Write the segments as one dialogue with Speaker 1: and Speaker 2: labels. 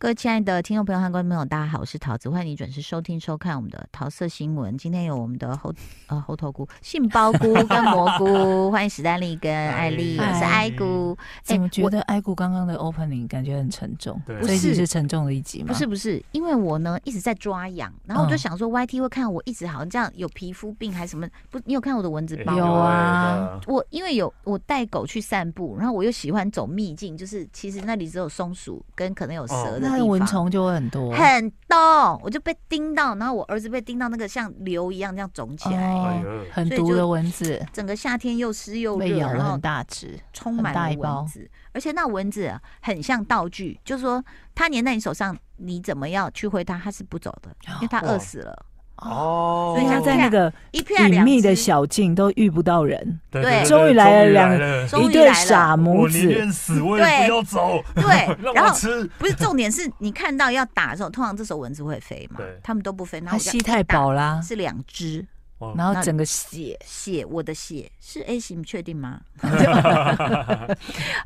Speaker 1: 各位亲爱的听众朋友和观众朋友，大家好，我是桃子，欢迎你准时收听收看我们的桃色新闻。今天有我们的猴呃猴头菇、杏鲍 菇跟蘑菇，欢迎史丹利跟艾丽，我
Speaker 2: 嗨
Speaker 1: 是艾菇。哎
Speaker 2: 怎么觉
Speaker 1: 我
Speaker 2: 得艾姑刚刚的 opening 感觉很沉重？
Speaker 3: 对
Speaker 2: 这一
Speaker 1: 不
Speaker 2: 集
Speaker 1: 是
Speaker 2: 是沉重的一集吗？
Speaker 1: 不是，不是，因为我呢一直在抓痒，然后我就
Speaker 2: 嗯
Speaker 1: 想说 YT 会看我一直好像这样有皮肤病还是什么？不，你有啊看我的蚊
Speaker 3: 哎
Speaker 1: 子包
Speaker 2: 有
Speaker 1: 吗？
Speaker 2: 啊，
Speaker 1: 我因为有我带狗去散步，然后我又喜欢走秘境，就是其实那里只有松鼠跟可能有蛇的地
Speaker 2: 哦那
Speaker 1: 方，
Speaker 2: 蚊虫就会很多。
Speaker 1: 很痛，我就被叮到，然后我儿子被叮到那个像瘤一样这样肿起来，
Speaker 2: 哦
Speaker 3: 哎呦
Speaker 2: 很
Speaker 1: 所以
Speaker 2: 毒
Speaker 1: 就
Speaker 2: 的蚊子
Speaker 1: 整个夏天又湿又
Speaker 2: 被
Speaker 1: 热，
Speaker 2: 咬
Speaker 1: 然
Speaker 2: 了
Speaker 1: 后
Speaker 2: 很大只，
Speaker 1: 充
Speaker 2: 很
Speaker 1: 满
Speaker 2: 大一
Speaker 1: 了
Speaker 2: 包
Speaker 1: 蚊子，而且那蚊子、啊、很像道具，就是说它粘在你手上，你怎么样去挥它，它是不走的，因为它
Speaker 3: 哇
Speaker 1: 饿死
Speaker 2: 哦
Speaker 1: 了，
Speaker 3: 哦，
Speaker 1: 所以
Speaker 4: 他
Speaker 1: 它
Speaker 4: 在那个
Speaker 1: 一片
Speaker 4: 隐
Speaker 1: 两
Speaker 4: 秘的
Speaker 1: 只
Speaker 4: 小径都遇不到人，
Speaker 3: 对
Speaker 1: 对
Speaker 3: 终
Speaker 4: 终
Speaker 3: 于
Speaker 4: 于
Speaker 3: 来
Speaker 4: 来
Speaker 3: 了
Speaker 4: 了两
Speaker 1: 终于
Speaker 4: 一对
Speaker 1: 来了
Speaker 4: 傻母
Speaker 3: 我宁
Speaker 4: 子，
Speaker 3: 愿死，我也不要走，
Speaker 1: 对，
Speaker 3: 让
Speaker 1: 然
Speaker 3: 我
Speaker 1: 后
Speaker 3: 吃。
Speaker 1: 不是重点是你看到要打的时候，通常这时候蚊子会飞嘛
Speaker 3: 对，
Speaker 1: 它们都不飞，然后
Speaker 2: 它
Speaker 1: 我就啊
Speaker 2: 吸太饱啦，
Speaker 1: 是两只
Speaker 3: 哦
Speaker 2: 然
Speaker 1: 那
Speaker 2: 后整个血
Speaker 1: 血，我的血是 A 型，确定吗？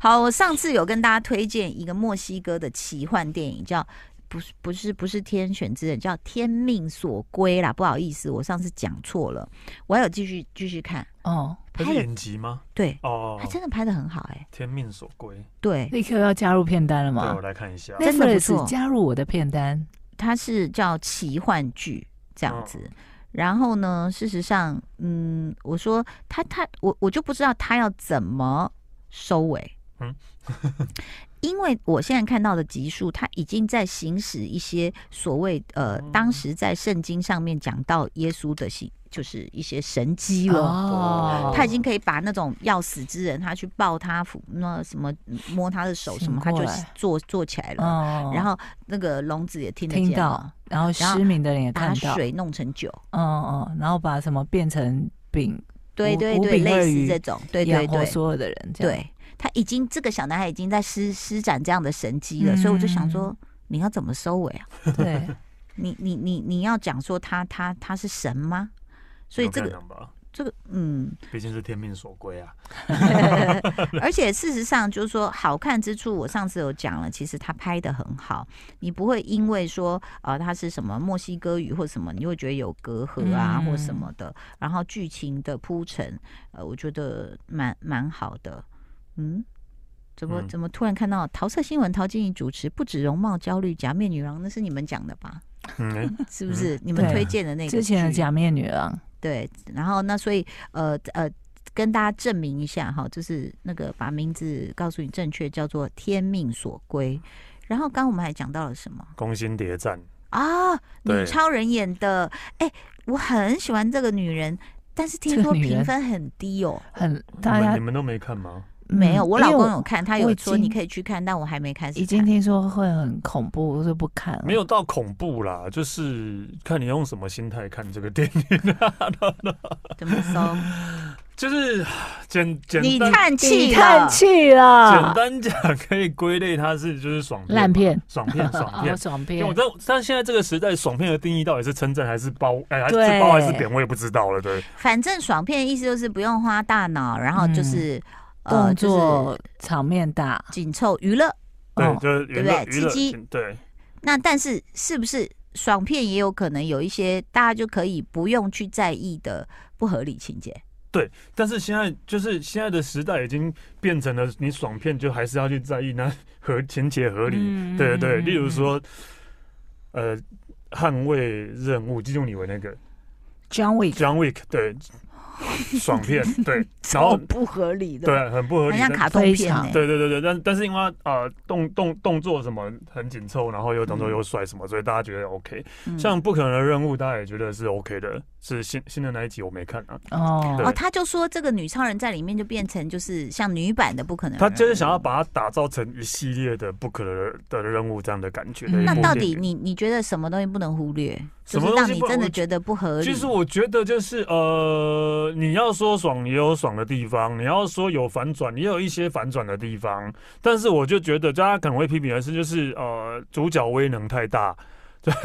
Speaker 1: 好，我上次有跟大家推荐一个墨西哥的奇幻电影，叫。不是不是不是天选之人，叫天命所归啦。不好意思，我上次讲错了，我还有继续继续看。
Speaker 2: 哦，
Speaker 3: 它是影集吗？
Speaker 1: 对，
Speaker 3: 哦
Speaker 1: 他，真的拍的很好哎、
Speaker 3: 天命所归，
Speaker 1: 对，
Speaker 2: 立刻要加入片单了
Speaker 3: 对我
Speaker 2: 吗
Speaker 3: 来看一下。
Speaker 1: 真的不错
Speaker 2: ？Netflix 加入我的片单，
Speaker 1: 它是叫奇幻剧这样子。然后呢，事实上，嗯，我说他他我我就不知道他要怎么收尾。嗯
Speaker 3: 嗯，
Speaker 1: 因为我现在看到的集数，他已经在行使一些所谓呃，当时在圣经上面讲到耶稣的行，就是一些神迹了。
Speaker 2: 哦，
Speaker 1: 他已经可以把那种要死之人，他去抱他、抚那什么摸他的手什么，他
Speaker 2: 醒
Speaker 1: 就
Speaker 2: 过来
Speaker 1: 做做起来了。
Speaker 2: 哦
Speaker 1: 然后那个聋子也听得见
Speaker 2: 听
Speaker 1: 了
Speaker 2: 到，然后
Speaker 1: 然后
Speaker 2: 失明的人也
Speaker 1: 把
Speaker 2: 看到，
Speaker 1: 水弄成酒，
Speaker 2: 嗯嗯，然后把什么变成饼，
Speaker 1: 对
Speaker 2: 无
Speaker 1: 对
Speaker 2: 无
Speaker 1: 对，
Speaker 2: 柄鳄
Speaker 1: 类似
Speaker 2: 鱼
Speaker 1: 这种，对对
Speaker 2: 养活
Speaker 1: 对
Speaker 2: 所有的人，这样
Speaker 1: 对，他已经这个小男孩已经在施施展这样的神机了，所以我就想说，你要怎么收尾啊？
Speaker 2: 对，
Speaker 1: 你你你你要讲说他他他是神吗？所以这
Speaker 3: 有
Speaker 1: 个
Speaker 3: 看到吧
Speaker 1: 这个嗯，
Speaker 3: 毕竟是天命所归啊。
Speaker 1: 而且事实上，就是说好看之处，我上次有讲了，其实他拍的很好，你不会因为说呃它是什么墨西哥语或什么，你会觉得有隔阂啊、
Speaker 2: 嗯
Speaker 1: 或什么的。然后剧情的铺陈，呃，我觉得蛮蛮好的。嗯，怎么
Speaker 3: 嗯
Speaker 1: 怎么突然看到桃色新闻陶晶莹主持，不止容貌焦虑、假面女郎，那是你们讲的吧？
Speaker 3: 嗯，
Speaker 1: 是不是、你们
Speaker 2: 对啊
Speaker 1: 推荐 的那个
Speaker 2: 之前的
Speaker 1: 剧
Speaker 2: 假面女郎，
Speaker 1: 对，然后那所以呃呃，跟大家证明一下哈，就是那个把名字告诉你正确，叫做天命所归。然后刚刚我们还讲到了什么
Speaker 3: 攻心谍战，
Speaker 1: 啊？女
Speaker 3: 对
Speaker 1: 超人演的，哎、我很喜欢这个女人，但是听
Speaker 2: 这个
Speaker 1: 说
Speaker 2: 女
Speaker 1: 评
Speaker 2: 人
Speaker 1: 分很低哦。
Speaker 2: 很
Speaker 3: 你
Speaker 2: 大
Speaker 3: 们
Speaker 2: 家
Speaker 3: 你们都没看吗？
Speaker 1: 没有，
Speaker 2: 嗯
Speaker 1: 我
Speaker 2: 因为
Speaker 1: 老公有看，他
Speaker 2: 我
Speaker 1: 有
Speaker 2: 已
Speaker 1: 说你
Speaker 2: 经
Speaker 1: 可以去看，但我还没开始看。
Speaker 2: 已经听说会很恐怖，我就不看了。
Speaker 3: 没有到恐怖啦，就是看你用什么心态看这个电影。啊
Speaker 1: 怎么搜？
Speaker 3: 就是简简
Speaker 1: 你
Speaker 3: 单
Speaker 1: 叹气
Speaker 2: 你
Speaker 1: 了
Speaker 2: 叹，气
Speaker 3: 简
Speaker 2: 了，
Speaker 3: 单讲，可以归类它是就是爽片嘛
Speaker 2: 烂片，
Speaker 3: 爽 片，爽
Speaker 2: 好
Speaker 3: 片。
Speaker 2: 哦爽
Speaker 3: 因为我
Speaker 2: 片
Speaker 3: 知，道，但现在这个时代，爽片的定义到底是称赞还是褒，哎、还是
Speaker 2: 对
Speaker 3: 褒还是贬，我也不知道了。对，
Speaker 1: 反正爽片的意思就是不用花大脑，然后就
Speaker 2: 嗯
Speaker 1: 是、呃
Speaker 2: 动
Speaker 1: 就是
Speaker 2: 作场面大，
Speaker 1: 紧凑娱乐。
Speaker 3: 对，
Speaker 2: 哦
Speaker 3: 就是娱
Speaker 1: 对
Speaker 3: 乐
Speaker 1: 不对
Speaker 3: 娱乐
Speaker 1: 鸡鸡
Speaker 3: 性，对，
Speaker 1: 那但是是不是爽片也有可能有一些大家就可以不用去在意的不合理情节？
Speaker 3: 但是现在就是现在的时代已经变成了，你爽片就还是要去在意那合情节合理，
Speaker 2: 嗯
Speaker 3: 对对对。
Speaker 2: 嗯
Speaker 3: 例如说，呃，捍卫任务，金钟里维那个
Speaker 2: John Wick，
Speaker 3: John Wick，对， 爽片，对，然
Speaker 1: 超
Speaker 3: 后
Speaker 1: 哦不合理的，，
Speaker 3: 对，很不合理，
Speaker 1: 很像
Speaker 3: 但
Speaker 1: 卡通片、
Speaker 2: 非
Speaker 1: 欸。
Speaker 2: 常
Speaker 3: 对对对对，但但是因为它呃动动动作什么很紧凑，然后又动作又帅什么，所以大家觉得 OK。
Speaker 1: 嗯
Speaker 3: 像不可能的任务，大家也觉得是 OK 的。是新新的那一集我没看啊，
Speaker 1: 哦，
Speaker 2: 哦，
Speaker 1: 他就说这个女超人在里面就变成就是像女版的不可能人，
Speaker 3: 他就是想要把它打造成一系列的不可能的任务这样的感觉的一
Speaker 2: 嗯
Speaker 1: 那
Speaker 3: 部
Speaker 1: 到
Speaker 3: 电
Speaker 1: 底
Speaker 3: 影
Speaker 1: 你你觉得什么东西不能忽略？
Speaker 3: 什
Speaker 1: 就
Speaker 3: 么
Speaker 1: 是
Speaker 3: 东
Speaker 1: 让
Speaker 3: 西
Speaker 1: 你
Speaker 3: 不
Speaker 1: 真的
Speaker 3: 我
Speaker 1: 觉得不合理。
Speaker 3: 其实我觉得就是呃，你要说爽也有爽的地方，你要说有反转也有一些反转的地方。但是我就觉得大家可能会批评的是，就是呃，主角威能太大，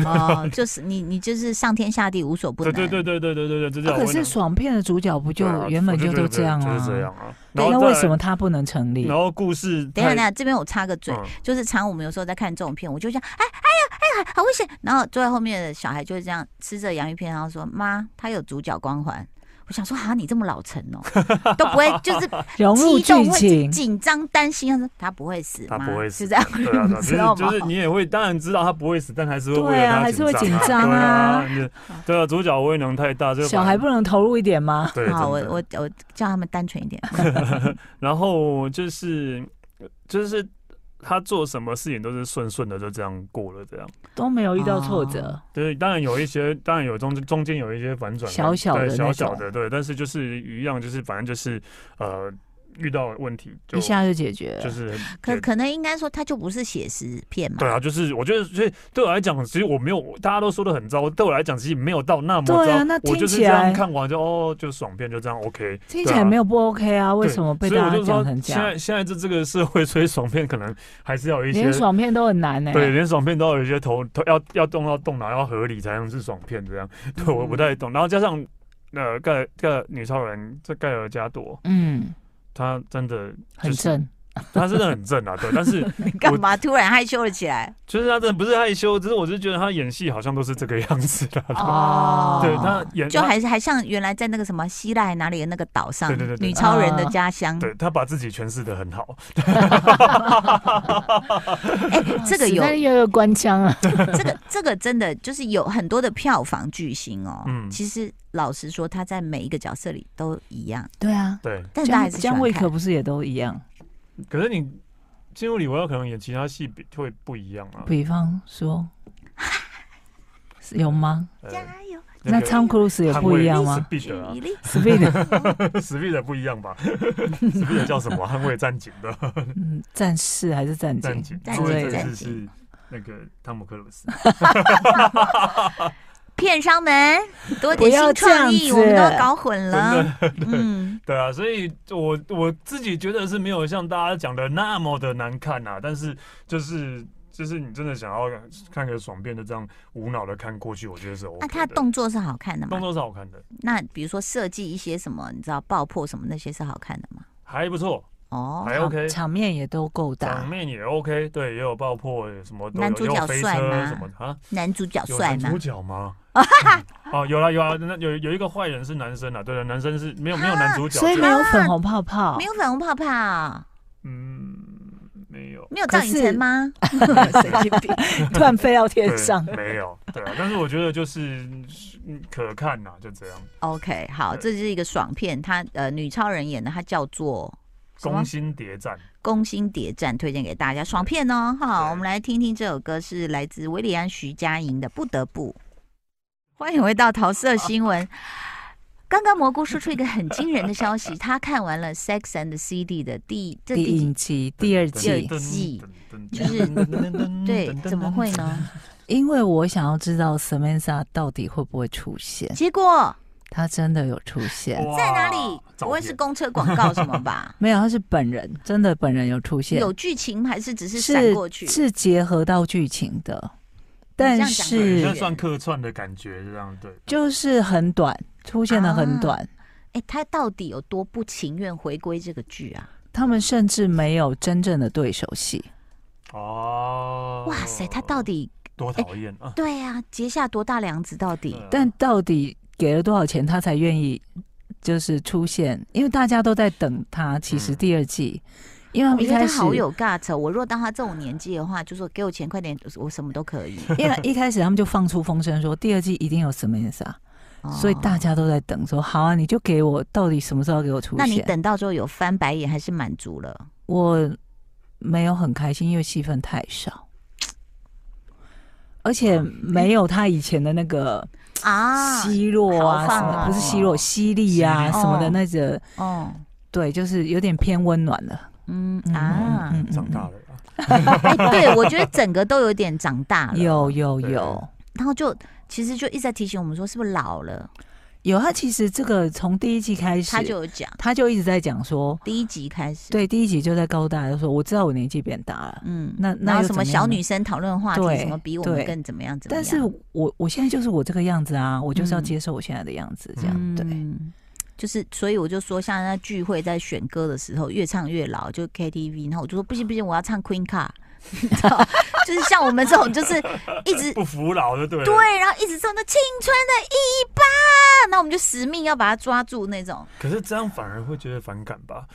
Speaker 1: 哦，就是你你就是上天下地无所不
Speaker 3: 对
Speaker 1: 能，
Speaker 3: 对对对对对对对，这叫
Speaker 2: 啊可是爽片的主角不就
Speaker 3: 对啊
Speaker 2: 原本
Speaker 3: 我就
Speaker 2: 就
Speaker 3: 觉
Speaker 2: 都
Speaker 3: 得
Speaker 2: 这样
Speaker 3: 就是这
Speaker 2: 啊？
Speaker 3: 样啊。然
Speaker 2: 那
Speaker 3: 后
Speaker 2: 为
Speaker 3: 再
Speaker 2: 什么？他不能成立
Speaker 3: 然？后故事
Speaker 1: 等一下，等
Speaker 3: 太
Speaker 1: 一下，这边我插个嘴，
Speaker 3: 嗯
Speaker 1: 就是常我们有时候在看这种片，我就想，哎哎呀，哎呀，好危险。然后坐在后面的小孩就会这样吃着洋芋片，然后说：“妈，他有主角光环。”我想说，哈，你这么老成哦，都不会 就是
Speaker 2: 融入
Speaker 1: 激
Speaker 2: 剧
Speaker 1: 动会
Speaker 2: 情，
Speaker 1: 紧张担心，他说他不会死吗，
Speaker 3: 他不会死
Speaker 1: 是这样，
Speaker 3: 对啊，对啊
Speaker 1: 你知道
Speaker 3: 就是
Speaker 1: 吗？
Speaker 3: 就是你也会，当然知道他不会死，但还是会为
Speaker 2: 对
Speaker 3: 了
Speaker 2: 啊
Speaker 3: 他
Speaker 2: 还是会紧张
Speaker 3: 啊
Speaker 2: 啊。
Speaker 3: 对啊 你对啊，主角威能太大，就
Speaker 2: 小孩
Speaker 3: 反
Speaker 2: 不能投入一点吗？
Speaker 3: 对，
Speaker 1: 好，我
Speaker 3: 真的
Speaker 1: 我我叫他们单纯 一点。
Speaker 3: 然后就是就是他做什么事情都是顺顺的，就这样过了，这样。
Speaker 2: 都没有遇到挫折
Speaker 1: 哦，
Speaker 3: 就是当然有一些，当然有中中间有一些反转，啊
Speaker 2: 小小的
Speaker 3: 对小
Speaker 2: 那
Speaker 3: 小
Speaker 2: 种
Speaker 3: 的对，但是就是一样，就是反正就是呃遇到问题就
Speaker 2: 一下就解决了
Speaker 3: 就。是
Speaker 1: 可
Speaker 3: 对
Speaker 1: 可能应该说，他就不是写实片嘛。
Speaker 3: 对啊，就是我觉得，所以对我来讲，其实我没有，大家都说的很糟，对我来讲，其实没有到那么糟。
Speaker 2: 对啊那
Speaker 3: 我
Speaker 2: 听
Speaker 3: 就是
Speaker 2: 起
Speaker 3: 这样
Speaker 2: 来
Speaker 3: 看完就哦，就爽片，就这样 OK。
Speaker 2: 听起来没有不 OK 啊？为
Speaker 3: 对
Speaker 2: 什么被
Speaker 3: 所以
Speaker 2: 大
Speaker 3: 我
Speaker 2: 家
Speaker 3: 就
Speaker 2: 讲
Speaker 3: 说，
Speaker 2: 成这
Speaker 3: 现
Speaker 2: 样？
Speaker 3: 在现在这这个社会，所以爽片可能还是要有一些
Speaker 2: 连爽片都很难呢。欸
Speaker 3: 对，连爽片都有一些头头要要动到动脑，要合理才能是爽片这样。对，我
Speaker 2: 嗯
Speaker 3: 不太懂。然后加上呃盖盖女超人这盖尔加朵，
Speaker 2: 嗯，
Speaker 3: 她真的
Speaker 2: 很
Speaker 3: 就是
Speaker 2: 正。
Speaker 3: 她真的很正啊，对。但 是
Speaker 1: 你干嘛突然害羞了起来？
Speaker 3: 就是她真的不是害羞，只是我是觉得她演戏好像都是这个样子的。
Speaker 1: 哦
Speaker 3: 对她演
Speaker 1: 就
Speaker 3: 她
Speaker 1: 还是还像原来在那个什么希腊哪里的那个岛上，
Speaker 3: 对对对对
Speaker 1: 女超人
Speaker 2: 啊
Speaker 1: 的家 乡。
Speaker 3: 对她把自己诠释的很好，
Speaker 1: 哎、这个有
Speaker 2: 但又有官腔啊，
Speaker 1: 这个这个真的就是有很多的票房巨星哦。
Speaker 3: 嗯
Speaker 1: 其实老实说，他在每一个角色里都一样，
Speaker 2: 对啊，
Speaker 3: 对。
Speaker 1: 但是他
Speaker 2: 姜
Speaker 1: 还是喜
Speaker 2: 姜
Speaker 1: 欢
Speaker 2: 维
Speaker 1: 看
Speaker 2: 可不是也都一样？
Speaker 3: 可是你进入里维奥可能演其他戏比会不一样啊。
Speaker 2: 比方说，是有吗？
Speaker 3: 呃
Speaker 1: 加油，
Speaker 2: 那
Speaker 3: 个
Speaker 2: 汤姆克鲁斯也
Speaker 3: 捍
Speaker 2: 不
Speaker 3: 卫
Speaker 2: 一样
Speaker 3: 史
Speaker 2: 吗？
Speaker 3: 必
Speaker 1: 举
Speaker 3: 得啊，
Speaker 1: 例，
Speaker 2: Speed，
Speaker 3: 史必得不一样吧？史必得叫什么啊？捍卫战警的。
Speaker 2: 嗯，战士还是战
Speaker 3: 战
Speaker 2: 警？
Speaker 3: 警，
Speaker 1: 战
Speaker 3: 因为
Speaker 2: 警
Speaker 3: 这
Speaker 1: 战
Speaker 3: 次
Speaker 1: 警
Speaker 3: 是那个汤姆克鲁斯，
Speaker 1: 片商们多点
Speaker 2: 不要
Speaker 1: 新创
Speaker 2: 这
Speaker 1: 意，
Speaker 2: 样
Speaker 1: 我
Speaker 2: 子
Speaker 1: 们都搞混了。
Speaker 3: 真的
Speaker 1: 嗯，
Speaker 3: 对啊，所以我我自己觉得是没有像大家讲的那么的难看呐、但是就是就是你真的想要看个爽片的这样无脑的看过去，我觉得是 OK
Speaker 1: 那、
Speaker 3: 的。
Speaker 1: 他的动作是好看的
Speaker 3: 动
Speaker 1: 吗？
Speaker 3: 作是好看的，
Speaker 1: 那比如说设计一些什么，你知道爆破什么那些是好看的吗？
Speaker 3: 还不错，
Speaker 1: 哦，
Speaker 3: 还
Speaker 2: 场
Speaker 3: OK，
Speaker 2: 场面也都够
Speaker 3: 场
Speaker 2: 大，
Speaker 3: 面也 OK，对，也有爆破，什么都有，
Speaker 1: 男主
Speaker 3: 也有
Speaker 1: 角
Speaker 3: 飞车
Speaker 1: 帅吗
Speaker 3: 什么的啊。
Speaker 1: 男主角
Speaker 3: 有
Speaker 1: 帅吗
Speaker 3: 男主？角吗？哦，有啦有啦，那有有一个坏人是男生啊，对了，男生是没有没有男主角，
Speaker 2: 所以
Speaker 3: 就
Speaker 2: 没有粉红泡泡
Speaker 1: 没。有粉红泡泡，
Speaker 3: 嗯没有。
Speaker 1: 没有赵寅成吗？
Speaker 2: 神经病，突然飞到天上。
Speaker 3: 对没有，对啊，但是我觉得就是嗯可看呐、就这样。
Speaker 1: OK，好，这
Speaker 3: 对
Speaker 1: 是一个爽片，她呃女超人演的，她叫做什么
Speaker 3: 攻？心谍战，
Speaker 1: 攻心谍战推荐给大家，爽片哦！
Speaker 3: 对
Speaker 1: 好，我们来听听这首歌，是来自维里安徐佳莹的《不得不》。欢迎回到桃色新闻。刚刚蘑菇说出一个很惊人的消息，他看完了《Sex and the City》的第这
Speaker 2: 第
Speaker 1: 第几
Speaker 2: 一集、第二
Speaker 1: 第二
Speaker 2: 季，
Speaker 1: 季
Speaker 3: 就是嗯
Speaker 1: 对，怎么会？呢？
Speaker 2: 因为我想要知道 Samantha 到底会不会出现，
Speaker 1: 结果
Speaker 2: 她真的有出现，？
Speaker 1: 在哪里？不会是公车广告什么吧
Speaker 2: 没有，她是本人，真的本人有出 现，
Speaker 1: 有剧情还是只是闪
Speaker 2: 是
Speaker 1: 过去？
Speaker 2: 是结合到剧情的，
Speaker 1: 你这样
Speaker 3: 对，
Speaker 2: 但
Speaker 3: 那
Speaker 1: 讲
Speaker 2: 是
Speaker 3: 算客串的感觉，这样对。
Speaker 2: 就是很短，出现的很短。
Speaker 1: 哎，他到底有多不情愿回归这个剧啊？
Speaker 2: 他们甚至没有真正的对手戏，
Speaker 3: 哦，
Speaker 1: 哇塞，他到底
Speaker 3: 多讨厌啊！
Speaker 1: 对啊，结下多大梁子？到底
Speaker 3: 嗯
Speaker 2: 但到底给了多少钱他才愿意就是出现？因为大家都在等他。其实
Speaker 3: 嗯
Speaker 2: 第二季，因为他
Speaker 1: 我
Speaker 2: 们一
Speaker 1: 觉得
Speaker 2: 开
Speaker 1: 他
Speaker 2: 始，
Speaker 1: 好有 guts 哦。我若当他这种年纪的话，就说给我钱，快点，我什么都可 以。
Speaker 2: 因为一开始他们就放出风声说第二季一定有什么颜色啊，
Speaker 1: 哦
Speaker 2: 所以大，家都在等说好啊，你就给我到底什么时候给我出现？
Speaker 1: 那你等到之后有翻白眼还是满足了？
Speaker 2: 我没有很开心，因为戏份太少，而且没有他以前的那个
Speaker 1: 哦啊，
Speaker 2: 奚落啊
Speaker 1: 豪
Speaker 2: 什
Speaker 1: 放
Speaker 2: 么
Speaker 1: 啊
Speaker 2: 的，不是奚落，犀利啊
Speaker 3: 犀
Speaker 1: 利
Speaker 2: 什么的那个，
Speaker 1: 哦，
Speaker 2: 对，就是有点偏温暖了。
Speaker 1: 嗯
Speaker 2: 嗯
Speaker 1: 啊，
Speaker 2: 嗯嗯嗯嗯
Speaker 3: 长大了啊，
Speaker 1: 哎，对我觉 得整个都有点长大了，
Speaker 2: 有有
Speaker 3: 对
Speaker 2: 有，
Speaker 1: 然后就其实就一直在提醒我们说，是不是老了？
Speaker 2: 有他其实这个从第一季开始，
Speaker 1: 他就有讲，
Speaker 2: 他就一直在讲说，
Speaker 1: 第一集开始，，
Speaker 2: 对，第一集就在告诉大家说，我知道我年纪变大了，
Speaker 1: 嗯，
Speaker 2: 那
Speaker 1: 然
Speaker 2: 那
Speaker 1: 后
Speaker 2: 又
Speaker 1: 什么
Speaker 2: 怎
Speaker 1: 小
Speaker 2: 样呢
Speaker 1: 女生讨论话题，
Speaker 2: 对
Speaker 1: 什么比我们
Speaker 2: 对
Speaker 1: 更怎么样怎么样，
Speaker 2: 但是我我现在就是我这个样子啊，我就是要
Speaker 1: 嗯
Speaker 2: 接受我现在的样子，这样、对。
Speaker 1: 嗯就是，所以我就说，像人家聚会在选歌的时候，越唱越老，就 KTV。然后我就说，不行不行，我要唱 Queen Car，你 知道就是像我们这种，就是一直
Speaker 3: 不服老就对了。
Speaker 1: 对，然后一直唱着青春的意义吧，那我们就使命要把它抓住那种
Speaker 3: 可是这样反而会觉得反感吧？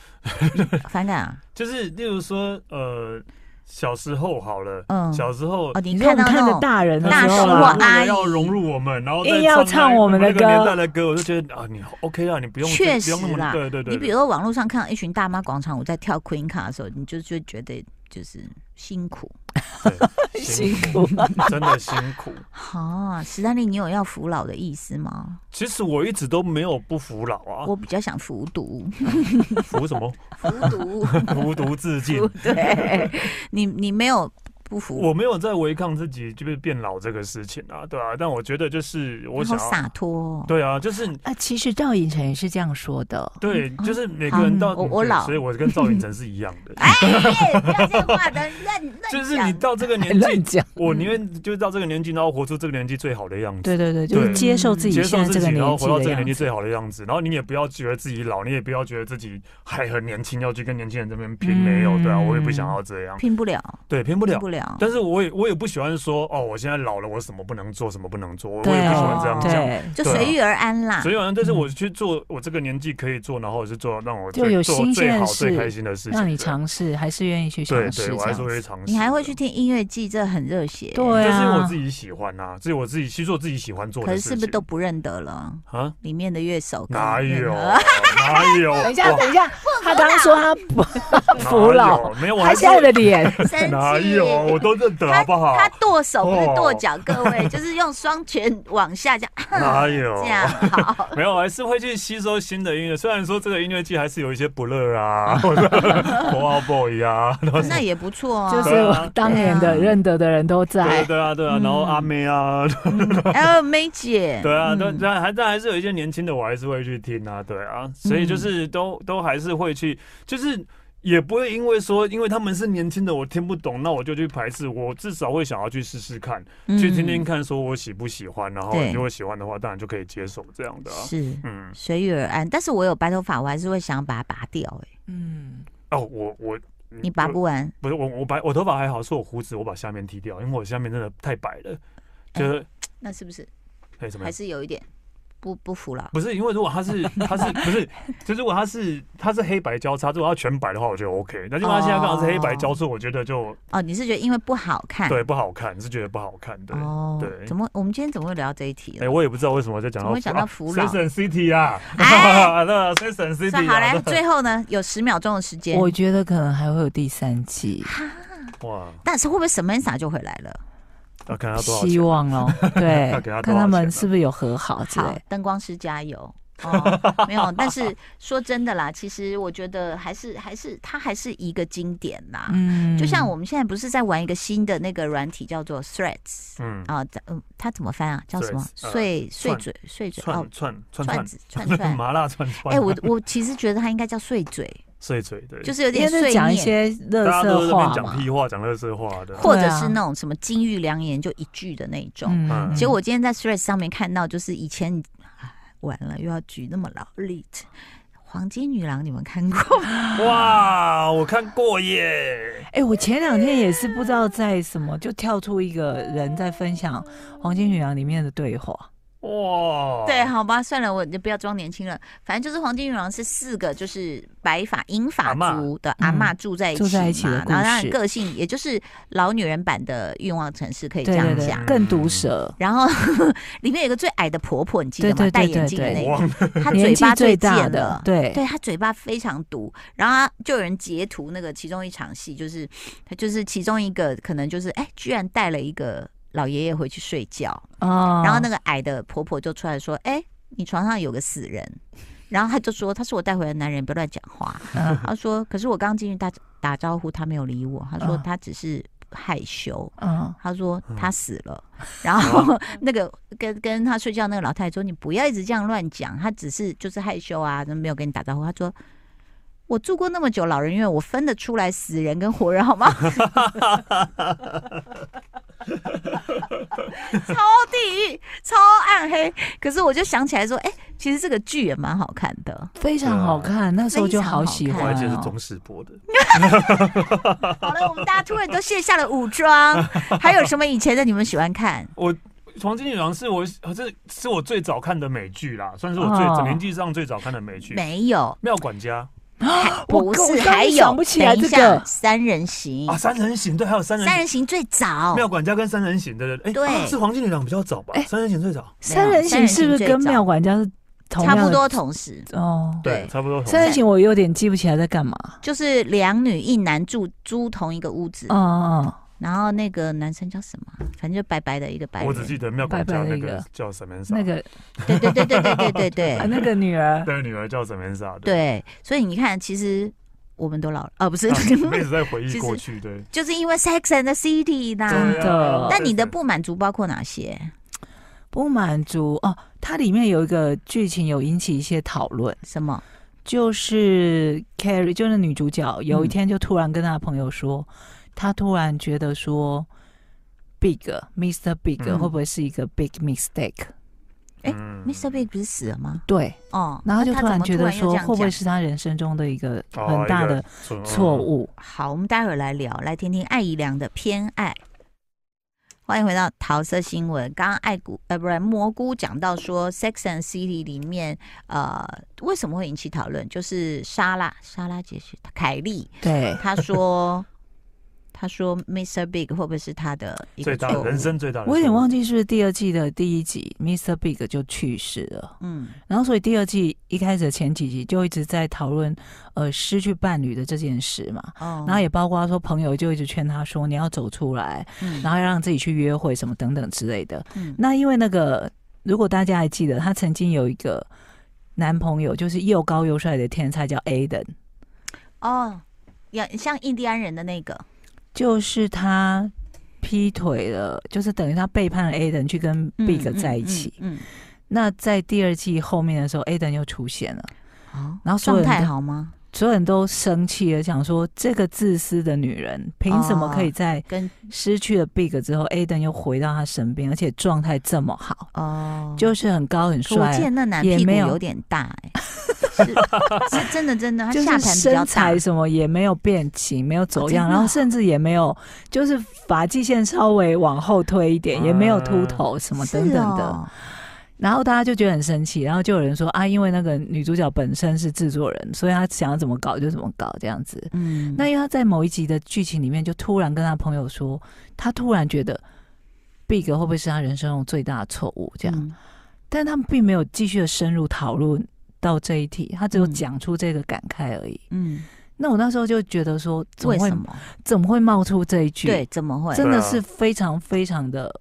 Speaker 1: 反感啊。
Speaker 3: 就是例如说，呃，小时候好了，
Speaker 1: 嗯
Speaker 3: 小时候
Speaker 1: 哦，你
Speaker 4: 你说我
Speaker 1: 看
Speaker 4: 们看
Speaker 1: 到那
Speaker 4: 着
Speaker 1: 种
Speaker 4: 大人的
Speaker 1: 大
Speaker 4: 时
Speaker 1: 叔
Speaker 4: 候
Speaker 1: 啊
Speaker 4: 啦，
Speaker 3: 为了
Speaker 1: 阿姨
Speaker 3: 要融入我们，然后再
Speaker 2: 硬要唱我们的
Speaker 3: 那个年
Speaker 2: 歌
Speaker 3: 代的歌，我就觉得啊，你 OK 啦，你不用
Speaker 1: 确
Speaker 3: 不用那
Speaker 1: 实
Speaker 3: 么
Speaker 1: 啦
Speaker 3: 对对对，
Speaker 1: 你比如说网络上看到一群大妈广场舞在跳 Queen 卡的时候，你就就觉得就是辛苦。
Speaker 3: 对
Speaker 2: 辛
Speaker 3: 辛苦，
Speaker 2: 苦，
Speaker 3: 真的辛苦。
Speaker 1: 哈、史丹利，你有要服老的意思吗？
Speaker 3: 其实我一直都没有不服老啊，
Speaker 1: 我比较想服毒，
Speaker 3: 服什么？
Speaker 1: 服毒。
Speaker 3: 服毒自尽。
Speaker 1: 对，你你没有不服，
Speaker 3: 我没有在违抗自己就是变老这个事情啊，对啊，但我觉得就是我
Speaker 1: 你好
Speaker 3: 想要，
Speaker 1: 洒脱、哦。
Speaker 3: 对啊，就是
Speaker 2: 啊，其实赵寅成也是这样说的，
Speaker 3: 对，
Speaker 2: 嗯
Speaker 3: 就是每个人到
Speaker 2: 好
Speaker 1: 我我
Speaker 3: 对
Speaker 1: 老，
Speaker 3: 所以我跟赵寅成是一样 的
Speaker 1: 哎，不要这样话的，乱乱
Speaker 3: 就是你
Speaker 1: 讲。
Speaker 3: 到这个
Speaker 2: 还
Speaker 3: 年纪
Speaker 2: 哎乱，讲。
Speaker 3: 我宁愿就是到这个年纪，然后活出这个年纪最好的样子。
Speaker 2: 对对对，就是
Speaker 3: 对
Speaker 2: 接受自己
Speaker 3: 接
Speaker 2: 现
Speaker 3: 受
Speaker 2: 在
Speaker 3: 自
Speaker 2: 这个
Speaker 3: 己，然后
Speaker 2: 年
Speaker 3: 活到这
Speaker 2: 纪
Speaker 3: 个
Speaker 2: 的
Speaker 3: 年纪
Speaker 2: 样子。
Speaker 3: 最好的样子，然后你也不要觉得自己老，你也不要觉得自己还很年轻，要去跟年轻人这边拼，
Speaker 2: 嗯
Speaker 3: 没有，对啊，我也不想要这样，
Speaker 1: 拼不了，
Speaker 3: 对，拼不
Speaker 1: 拼
Speaker 3: 了。
Speaker 1: 不了。
Speaker 3: 但是我也我也不喜欢说哦，我现在老了，我什么不能做，什么不能做，我我
Speaker 2: 对
Speaker 3: 也不喜欢这样讲。
Speaker 2: 对，嗯
Speaker 1: 就
Speaker 3: 对啊
Speaker 1: 随遇而安啦
Speaker 3: 所。以好像，但是我去做我这个年纪可以做，然后我是做让我
Speaker 2: 就
Speaker 3: 最
Speaker 2: 有
Speaker 3: 做
Speaker 2: 新
Speaker 3: 最
Speaker 2: 鲜的
Speaker 3: 好、
Speaker 2: 事
Speaker 3: 最开心的事情，
Speaker 2: 让你
Speaker 3: 对
Speaker 2: 尝试，还是愿意去尝
Speaker 3: 对对，
Speaker 2: 试这
Speaker 3: 我还是
Speaker 2: 样
Speaker 3: 会
Speaker 2: 子。
Speaker 3: 尝试的。
Speaker 1: 你还会去听音乐季，这很热血。
Speaker 2: 对
Speaker 3: 就是因为我
Speaker 2: 啊
Speaker 3: 自，己喜欢呐，这是我自己去做自己喜欢做
Speaker 1: 可
Speaker 3: 的
Speaker 1: 是
Speaker 3: 事情。
Speaker 1: 是不是都不认得了？
Speaker 3: 啊？
Speaker 1: 里面的乐手跟
Speaker 3: 哪有
Speaker 1: 啊
Speaker 3: 哪有？
Speaker 2: 等一下，
Speaker 3: 哇
Speaker 2: 等一下，他刚刚说他 不服老，，
Speaker 3: 哪有没有，我
Speaker 2: 他
Speaker 3: 还是
Speaker 2: 现在 的脸，
Speaker 1: 生气
Speaker 3: 哪有？啊我都认得好不好？
Speaker 1: 他跺手不是跺
Speaker 3: 哦
Speaker 1: 脚，各位就是用双拳往下这样
Speaker 3: 哪有
Speaker 1: 这样 好。
Speaker 3: 没有，还是会去吸收新的音乐。虽然说这个音乐季还是有一些不乐啊， 或者 Wow Boy 啊，然后
Speaker 1: 那也不错啊。
Speaker 2: 就是
Speaker 3: 对啊
Speaker 2: 我当年的认得的人都
Speaker 3: 对
Speaker 2: 在。
Speaker 3: 对啊对
Speaker 1: 嗯
Speaker 3: 啊，然后阿妹啊，
Speaker 1: 还有梅姐，
Speaker 3: 对啊，但
Speaker 1: 嗯
Speaker 3: 但还但还是有一些年轻的，我还是会去听啊，对啊，所
Speaker 1: 嗯
Speaker 3: 以就是都都还是会去，就是。也不会因为说，因为他们是年轻的，我听不懂，那我就去排斥。我至少会想要去试试看，去听听
Speaker 1: 嗯
Speaker 3: 看，说我喜不喜欢。然后
Speaker 1: 对
Speaker 3: 你如果喜欢的话，当然就可以接受这样的、啊。
Speaker 1: 是
Speaker 3: 嗯，
Speaker 1: 随遇而安。但是我有白头发，我还是会想把它拔掉。哎，
Speaker 2: 嗯，
Speaker 3: 哦，我我
Speaker 1: 你拔不完，
Speaker 3: 不是我，我白我头发还好，是我胡子，我把下面剃掉，因为我下面真的太白了，就是
Speaker 1: 那是不是
Speaker 3: 哎、什么
Speaker 1: 还
Speaker 3: 呀？
Speaker 1: 是有一点不不服老？
Speaker 3: 不是因为如果它是 它是不是，就如果它是它是黑白交叉，如果它全白的话，我觉得 OK。但因为它现在刚好是黑白交错，我觉得就
Speaker 1: 哦，你是觉得因为不好看？
Speaker 3: 对不好看，是觉得不好看。对，哎、
Speaker 1: 哦，
Speaker 3: 对
Speaker 1: 怎么我们今天怎么会聊到这一题了？
Speaker 3: 我也不知道为什么在讲
Speaker 1: 怎
Speaker 3: 到
Speaker 1: 么会讲到服老
Speaker 3: s a n City 啊，
Speaker 1: 哎
Speaker 3: 那 s a n
Speaker 1: 算
Speaker 3: City
Speaker 1: 好
Speaker 3: 啊
Speaker 1: 来，，最后呢有十秒钟的时间。
Speaker 2: 我觉得可能还会有第三季，
Speaker 3: 哇，
Speaker 1: 但是会不会 Samantha 就回来了？
Speaker 3: 要看它多少
Speaker 2: 希
Speaker 3: 钱。啊
Speaker 2: 望哦， 对
Speaker 3: 要给他，多
Speaker 2: 看
Speaker 3: 少
Speaker 2: 他
Speaker 3: 钱
Speaker 2: 们
Speaker 3: 啊
Speaker 2: 是不是有和好之
Speaker 1: 好
Speaker 2: 类。，
Speaker 1: 灯光师加油。哦，没有，但是说真的啦，其实我觉得还是还是它还是一个经典啦。
Speaker 2: 嗯，
Speaker 1: 就像我们现在不是在玩一个新的那个软体叫做 Threads
Speaker 3: 嗯，
Speaker 1: 啊，它嗯，它怎么翻啊？叫什么？
Speaker 3: Threads，呃
Speaker 1: 碎碎
Speaker 3: 串
Speaker 1: 嘴碎嘴哦
Speaker 3: 串，串
Speaker 1: 串
Speaker 3: 串串
Speaker 1: 子串串。
Speaker 3: 麻辣串串。
Speaker 1: 哎，我我其实觉得它应该叫碎嘴，
Speaker 3: 碎嘴对，
Speaker 1: 就是有
Speaker 2: 因
Speaker 1: 点
Speaker 2: 为是
Speaker 1: 碎
Speaker 2: 讲一
Speaker 1: 念，
Speaker 2: 些乐
Speaker 3: 大家都在
Speaker 2: 色
Speaker 3: 那边
Speaker 2: 话
Speaker 3: 讲
Speaker 2: 嘛，
Speaker 3: 屁话，讲乐色话的。
Speaker 1: 或者
Speaker 2: 对啊
Speaker 1: 是那种什么金玉良言就一句的那一种。
Speaker 2: 嗯
Speaker 1: 结果我今天在 Threads 上面看到，就是以前啊完了又要举那么老例子，黄金女郎你们看过吗？
Speaker 3: 哇，我看过耶！
Speaker 2: 哎、我前两天也是不知道在什么，就跳出一个人在分享《黄金女郎》里面的对话。
Speaker 3: 哇，
Speaker 1: 对，好吧，算了，我就不要装年轻了。反正就是黄金女郎是四个就是白发银发
Speaker 3: 阿嬷
Speaker 1: 族的阿嬷
Speaker 2: 嗯
Speaker 1: 住在一起嘛，
Speaker 2: 住在一起的故
Speaker 1: 然后她的
Speaker 2: 事
Speaker 1: 个性也就是老女人版的欲望城市，可以这
Speaker 2: 对
Speaker 1: 样
Speaker 2: 对
Speaker 1: 讲。
Speaker 2: 对，更毒舌，
Speaker 1: 然后 里面有个最矮的婆婆，你记得吗？
Speaker 2: 对对对
Speaker 1: 戴眼镜的
Speaker 2: 对
Speaker 1: 那
Speaker 3: 我
Speaker 1: 个，
Speaker 3: 忘了
Speaker 1: 她嘴
Speaker 2: 年纪
Speaker 1: 巴
Speaker 2: 最大
Speaker 1: 贱
Speaker 2: 的
Speaker 1: 了，。
Speaker 2: 对
Speaker 1: 对她嘴巴非常毒，然后她就有人截图那个其中一场戏，就是她就是其中一个可能就是哎，居然带了一个老爷爷回去睡觉，
Speaker 2: 哦
Speaker 1: 然后那个矮的婆婆就出来说：“哎、你床上有个死人。”然后她就说：“他是我带回来的男人，不要乱讲话。”
Speaker 2: 嗯
Speaker 1: 她说：“可是我刚进去打打招呼，他没有理我。”她说：“
Speaker 2: 嗯
Speaker 1: 他只是害羞。
Speaker 2: 嗯，
Speaker 1: 他说他死了，然后 那个跟跟他睡觉那个老太太说：“你不要一直这样乱讲，他只是就是害羞啊，都没有跟你打招呼。”他说：“我住过那么久老人院，我分得出来死人跟活人好吗？” 超地狱，超暗黑。可是我就想起来说，哎、其实这个剧也蛮好看的。
Speaker 2: 非常好看，那时候就好喜
Speaker 1: 啊非常好啊
Speaker 3: 我还
Speaker 1: 看
Speaker 2: 欢
Speaker 3: 记得是
Speaker 2: 哦。
Speaker 3: 中视播的，
Speaker 1: 好了，我们大家突然都卸下了武装，还有什么以前的你们喜欢看？
Speaker 3: 《黄金女郎》是我呃这是我最早看的美剧啦，算是我最、
Speaker 2: 哦
Speaker 3: 年纪上最早看的美剧。
Speaker 1: 没有，
Speaker 3: 妙管家
Speaker 2: 啊我
Speaker 1: 不
Speaker 2: 我
Speaker 1: 是，
Speaker 2: 刚
Speaker 1: 还有
Speaker 2: 想不起来
Speaker 1: 等一
Speaker 2: 这
Speaker 1: 下
Speaker 2: 个
Speaker 1: 三人行
Speaker 3: 啊，，三人行对，还有三人
Speaker 1: 三人行最
Speaker 2: 哦
Speaker 1: 早，
Speaker 3: 妙管家跟三人行对对对，哎、
Speaker 1: 对
Speaker 3: 是黄金女郎比较早吧？
Speaker 2: 哎
Speaker 3: 三人行最早，
Speaker 2: 三人行是不是跟妙管家是同
Speaker 1: 差
Speaker 2: 样的
Speaker 1: 不多同时，
Speaker 2: 哦？
Speaker 1: 对
Speaker 3: 差不多同时。
Speaker 2: 三人行我有点记不起来在干嘛。
Speaker 1: 就是两女一男住租同一个屋子，
Speaker 2: 哦哦，
Speaker 1: 然后那个男生叫什么？啊反正就白白的一个白人，
Speaker 3: 我只记得妙管家那个叫沈明莎，
Speaker 2: 那个
Speaker 1: 对对对对对对对
Speaker 2: 啊
Speaker 1: 对
Speaker 2: 那个女儿，
Speaker 3: 对女儿叫沈明莎，，
Speaker 1: 对，所以你看，其实我们都老了，呃，不是
Speaker 3: 啊， 我们一直在回忆过去，对，
Speaker 1: 就是因为 Sex and the City
Speaker 2: 真
Speaker 3: 啊
Speaker 1: 啦。
Speaker 2: 的
Speaker 1: 但你的不满足包括哪些？
Speaker 2: 不满足哦，它里面有一个剧情有引起一些讨论，
Speaker 1: 什么？
Speaker 2: 就是 Carrie，就是女主角，有一天就突然跟她的朋友说，她突然觉得说，Big Mr. Big
Speaker 3: 嗯
Speaker 2: 会不会是一个 big mistake？、
Speaker 1: 哎
Speaker 3: 嗯
Speaker 1: ，Mr. Big 不是死了吗？
Speaker 2: 对，
Speaker 1: 哦，
Speaker 2: 然
Speaker 1: 那
Speaker 2: 后就
Speaker 1: 他
Speaker 2: 突
Speaker 1: 怎
Speaker 2: 然
Speaker 1: 么
Speaker 2: 觉得
Speaker 1: 又
Speaker 2: 说，
Speaker 1: 这样
Speaker 2: 会不会
Speaker 1: 讲
Speaker 2: 是她人生中的一个
Speaker 3: 哦
Speaker 2: 很大
Speaker 3: 一个
Speaker 2: 的
Speaker 3: 错嗯
Speaker 2: 错误？
Speaker 1: 好，我们待会儿来聊，来听听艾怡良的《偏爱》。欢迎回到桃色新闻。刚刚爱菇呃，不是蘑菇讲到说，《Sex and City》里面呃，为什么会引起讨论？就是莎拉莎拉姐是凯莉，
Speaker 2: 对，
Speaker 1: 她说她说 Mr. Big 会不会是她的一个
Speaker 3: 最大
Speaker 1: 错
Speaker 3: 的
Speaker 1: 误？
Speaker 3: 人生最大的错误，
Speaker 2: 我有点忘记是不是第二季的第一集，Mr. Big 就去世了。
Speaker 1: 嗯，
Speaker 2: 然后所以第二季一开始的前几集就一直在讨论呃失去伴侣的这件事嘛，
Speaker 1: 哦，
Speaker 2: 然后也包括说朋友就一直劝他说你要走出来，
Speaker 1: 嗯
Speaker 2: 然后要让自己去约会什么等等之类的。
Speaker 1: 嗯
Speaker 2: 那因为那个如果大家还记得，他曾经有一个男朋友就是又高又帅的天才叫 Aden，
Speaker 1: 哦，要像印第安人的那个，
Speaker 2: 就是他。劈腿了，就是等于他背叛了 Aden 去跟
Speaker 1: 嗯
Speaker 2: Big
Speaker 1: 嗯
Speaker 2: 在一起。
Speaker 1: 嗯，
Speaker 2: 那在第二季后面的时候，Aden 又出现了，
Speaker 1: 嗯
Speaker 2: 然后所有
Speaker 1: 状
Speaker 2: 人
Speaker 1: 态
Speaker 2: 都
Speaker 1: 好吗？
Speaker 2: 所有人都生气了，想说这个自私的女人凭什么可以在
Speaker 1: 哦跟
Speaker 2: 失去了 Big 之后，Aden 又回到她身边，而且状态这么好，
Speaker 1: 哦，
Speaker 2: 就是很高很
Speaker 1: 可我
Speaker 2: 帅，啊
Speaker 1: 见那男
Speaker 2: 也
Speaker 1: 屁股
Speaker 2: 没有
Speaker 1: 有点大、欸，是是真的真的，他
Speaker 2: 就是
Speaker 1: 下盘比较
Speaker 2: 身
Speaker 1: 大
Speaker 2: 材。什么也没有变形，没有走样，
Speaker 1: 哦真的
Speaker 2: 然后甚至也没有就是发际线稍微往后推一点，
Speaker 3: 啊
Speaker 2: 也没有秃头什么
Speaker 1: 嗯是
Speaker 2: 等等的。
Speaker 1: 哦，
Speaker 2: 然后大家就觉得很生气，然后就有人说啊，因为那个女主角本身是制作人，所以她想要怎么搞就怎么搞这样子。
Speaker 1: 嗯，
Speaker 2: 那因为他在某一集的剧情里面，就突然跟他朋友说，他突然觉得 Big 会不会是他人生中最大的错误？这样，
Speaker 1: 嗯
Speaker 2: 但他们并没有继续的深入讨论到这一题，他只有讲出这个感慨而已。
Speaker 1: 嗯，
Speaker 2: 那我那时候就觉得说，怎么
Speaker 1: 为
Speaker 2: 会
Speaker 1: 什么？
Speaker 2: 怎么会冒出这一句？
Speaker 1: 对，，怎么会
Speaker 2: 真的
Speaker 3: 对啊
Speaker 2: 是非常非常的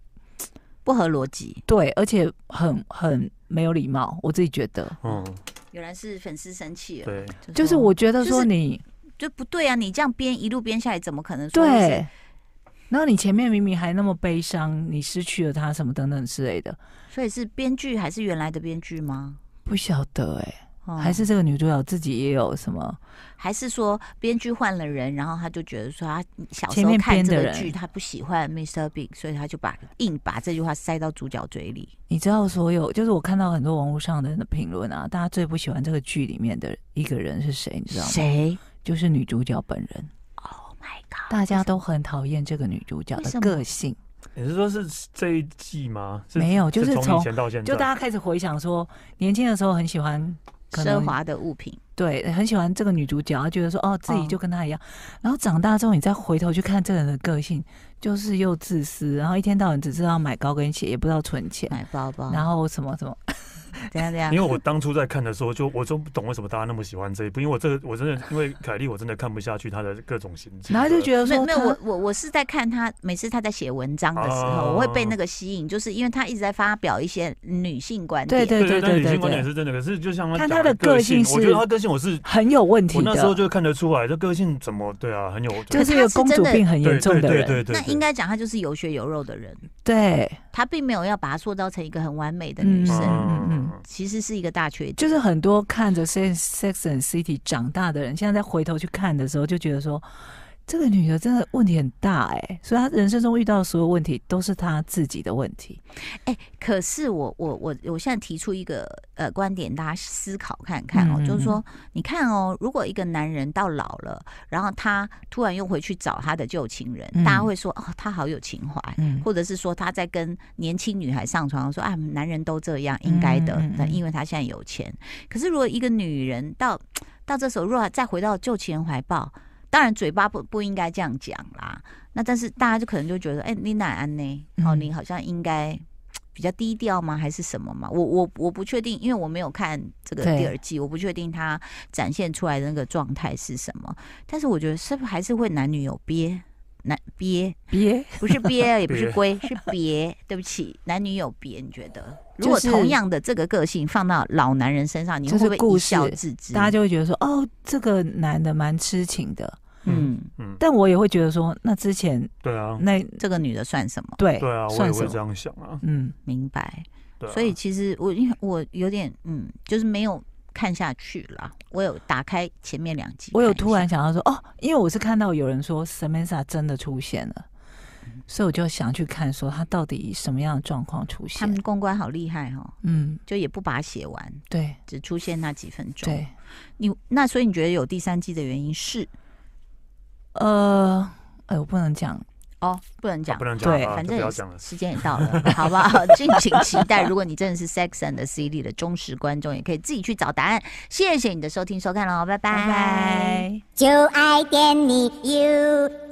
Speaker 1: 不合逻辑？
Speaker 2: 对，而且很很没有礼貌，我自己觉
Speaker 1: 哦
Speaker 2: 得。
Speaker 3: 嗯，
Speaker 1: 原来是粉丝生气了，
Speaker 3: 对，
Speaker 2: 就是
Speaker 1: 说
Speaker 2: 我觉得
Speaker 1: 就
Speaker 2: 说
Speaker 1: 是
Speaker 2: 你、
Speaker 1: 就不对啊！你这样编一路编下来，怎么可能说是
Speaker 2: 对，然后你前面明明还那么悲伤，你失去了他什么等等之类的，
Speaker 1: 所以是编剧还是原来的编剧吗？
Speaker 2: 不晓得哎、
Speaker 1: 哦
Speaker 2: 还是这个女主角自己也有什么？
Speaker 1: 还是说编剧换了人，然后他就觉得说他小时
Speaker 2: 前
Speaker 1: 候
Speaker 2: 面
Speaker 1: 看
Speaker 2: 编
Speaker 1: 这
Speaker 2: 的
Speaker 1: 个
Speaker 2: 人
Speaker 1: 剧，他不喜欢 Mr. Big，所以他就把硬把这句话塞到主角嘴里。
Speaker 2: 你知道，所有就是我看到很多网络上的人的评论啊，大家最不喜欢这个剧里面的一个人是谁？你知道吗？
Speaker 1: 谁
Speaker 2: 就是女主角本人，
Speaker 1: ？Oh my god！
Speaker 2: 大家都很讨厌这个女主角
Speaker 1: 为什
Speaker 2: 的
Speaker 1: 么
Speaker 2: 个性。
Speaker 3: 你是说是这一季吗？是
Speaker 2: 没有就是是
Speaker 3: 从
Speaker 2: 从
Speaker 3: 以前到现在，
Speaker 2: 就大家开始回想说，年轻的时候很喜欢，可能
Speaker 1: 奢华的物品，
Speaker 2: 对，很喜欢这个女主角，觉得说哦自己
Speaker 1: 嗯
Speaker 2: 就跟她一样。然后长大之后，你再回头去看这个人的个性，就是又自私，然后一天到晚只知道买高跟鞋，也不知道存钱，
Speaker 1: 买包包，
Speaker 2: 然后什么什么，
Speaker 1: 怎样怎样
Speaker 3: 因为？我当初在看的时候就，我就不懂为什么大家那么喜欢这一部，因为我这个我真的因为凯莉我真的看不下去她的各种行径，
Speaker 2: 然后就
Speaker 3: 得
Speaker 2: 觉得
Speaker 1: 没有
Speaker 2: 说
Speaker 1: 没有，
Speaker 2: 他
Speaker 1: 我我我是在看他，每次他在写文章的时候，
Speaker 3: 哦
Speaker 1: 我会被那个吸引，就是因为他一直在发表一些女性观点。
Speaker 2: 对对
Speaker 3: 对
Speaker 2: 对
Speaker 3: 但
Speaker 2: 对
Speaker 3: 女性
Speaker 2: 对
Speaker 3: 观点
Speaker 2: 对，
Speaker 3: 是真的，可是就像
Speaker 2: 看
Speaker 3: 她
Speaker 2: 她的
Speaker 3: 个
Speaker 2: 个性
Speaker 3: 我觉得
Speaker 2: 是
Speaker 3: 她个性我是
Speaker 2: 很有问题
Speaker 3: 我
Speaker 2: 的。
Speaker 3: 那时候就看得出来，这个性怎么对啊，很有
Speaker 1: 可
Speaker 2: 就
Speaker 1: 是
Speaker 2: 是一个
Speaker 1: 他
Speaker 2: 公
Speaker 1: 是真
Speaker 2: 主
Speaker 1: 的
Speaker 2: 病很严重
Speaker 3: 对
Speaker 2: 的
Speaker 3: 对
Speaker 2: 人，
Speaker 3: 对对，
Speaker 1: 那应该讲她就是有血有肉的人，
Speaker 2: 对，
Speaker 1: 她并没有要把她塑造成一个很完美的女
Speaker 2: 是
Speaker 1: 生，
Speaker 3: 哦
Speaker 2: 嗯嗯嗯
Speaker 1: 其实是一个大缺点。
Speaker 2: 就是很多看着《Sex Sex and City》长大的人，现在再回头去看的时候，就觉得说，这个女的真的问题很大哎、所以她人生中遇到的所有问题都是她自己的问题。
Speaker 1: 可是我我我我现在提出一个呃观点，大家思考看看哦，
Speaker 2: 嗯嗯
Speaker 1: 就是说，你看哦，如果一个男人到老了，然后他突然又回去找他的旧情人，
Speaker 2: 嗯
Speaker 1: 大家会说哦，他好有情怀。
Speaker 2: 嗯，
Speaker 1: 或者是说他在跟年轻女孩上床，说啊，男人都这样，应该的
Speaker 2: 嗯嗯，
Speaker 1: 那、
Speaker 2: 嗯
Speaker 1: 因为他现在有钱。可是如果一个女人到到这时候，如果再回到旧情怀抱，当然嘴巴不不应该这样讲啦。那但是大家就可能就觉得，哎、你哪安呢？哦，
Speaker 2: 嗯
Speaker 1: 你好像应该。比较低调吗？还是什么嘛？我我我不确定，因为我没有看这个
Speaker 2: 对
Speaker 1: 第二季，我不确定他展现出来的那个状态是什么。但是我觉得是不是还是会男女有别，男别
Speaker 2: 别
Speaker 1: 不 是憋，也不是
Speaker 3: 憋
Speaker 1: 龟，是别。对不起，男女有别，你觉得？如
Speaker 2: 就
Speaker 1: 果
Speaker 2: 是
Speaker 1: 同样的这个个性放到老男人身上，你
Speaker 2: 就
Speaker 1: 会
Speaker 2: 是
Speaker 1: 不会
Speaker 2: 故
Speaker 1: 一
Speaker 2: 事
Speaker 1: 笑置之？
Speaker 2: 大家就会觉得说，哦，这个男的蛮痴情的。
Speaker 1: 嗯，
Speaker 3: 嗯，
Speaker 2: 但我也会觉得说，那之前
Speaker 3: 对啊，
Speaker 2: 那
Speaker 1: 这个女的算什么？
Speaker 2: 对
Speaker 3: 对啊，我也
Speaker 2: 嗯算什
Speaker 3: 会这
Speaker 2: 么？
Speaker 3: 样想啊，
Speaker 2: 嗯，
Speaker 1: 明白。
Speaker 3: 对啊，
Speaker 1: 所以其实我因为我有点嗯，就是没有看下去了。我有打开前面两集看一下，
Speaker 2: 我有突然想到说，哦，因为我是看到有人说 Samantha 真的出现了，
Speaker 1: 嗯
Speaker 2: 所以我就想去看说她到底以什么样的状况出
Speaker 1: 他
Speaker 2: 现
Speaker 1: 们。公关好厉害哦，
Speaker 2: 嗯，
Speaker 1: 就也不把它写完，
Speaker 2: 对
Speaker 1: 只出现那几分钟。
Speaker 2: 对，
Speaker 1: 你那所以你觉得有第三季的原因是
Speaker 2: 呃，哎，我不能讲，
Speaker 1: 哦，不能讲
Speaker 3: 不。能讲
Speaker 2: 对
Speaker 3: 啊，
Speaker 1: 反
Speaker 3: 就
Speaker 1: 正
Speaker 3: 不
Speaker 1: 也
Speaker 3: 要
Speaker 1: 是
Speaker 3: 讲了，
Speaker 1: 时间也到了，好不 好？敬请期待。如果你真的是 Sex and the City 的忠实观众，也可以自己去找答案。谢谢你的收听收看喽，拜拜
Speaker 2: 拜拜。
Speaker 5: 就爱点你 UFO。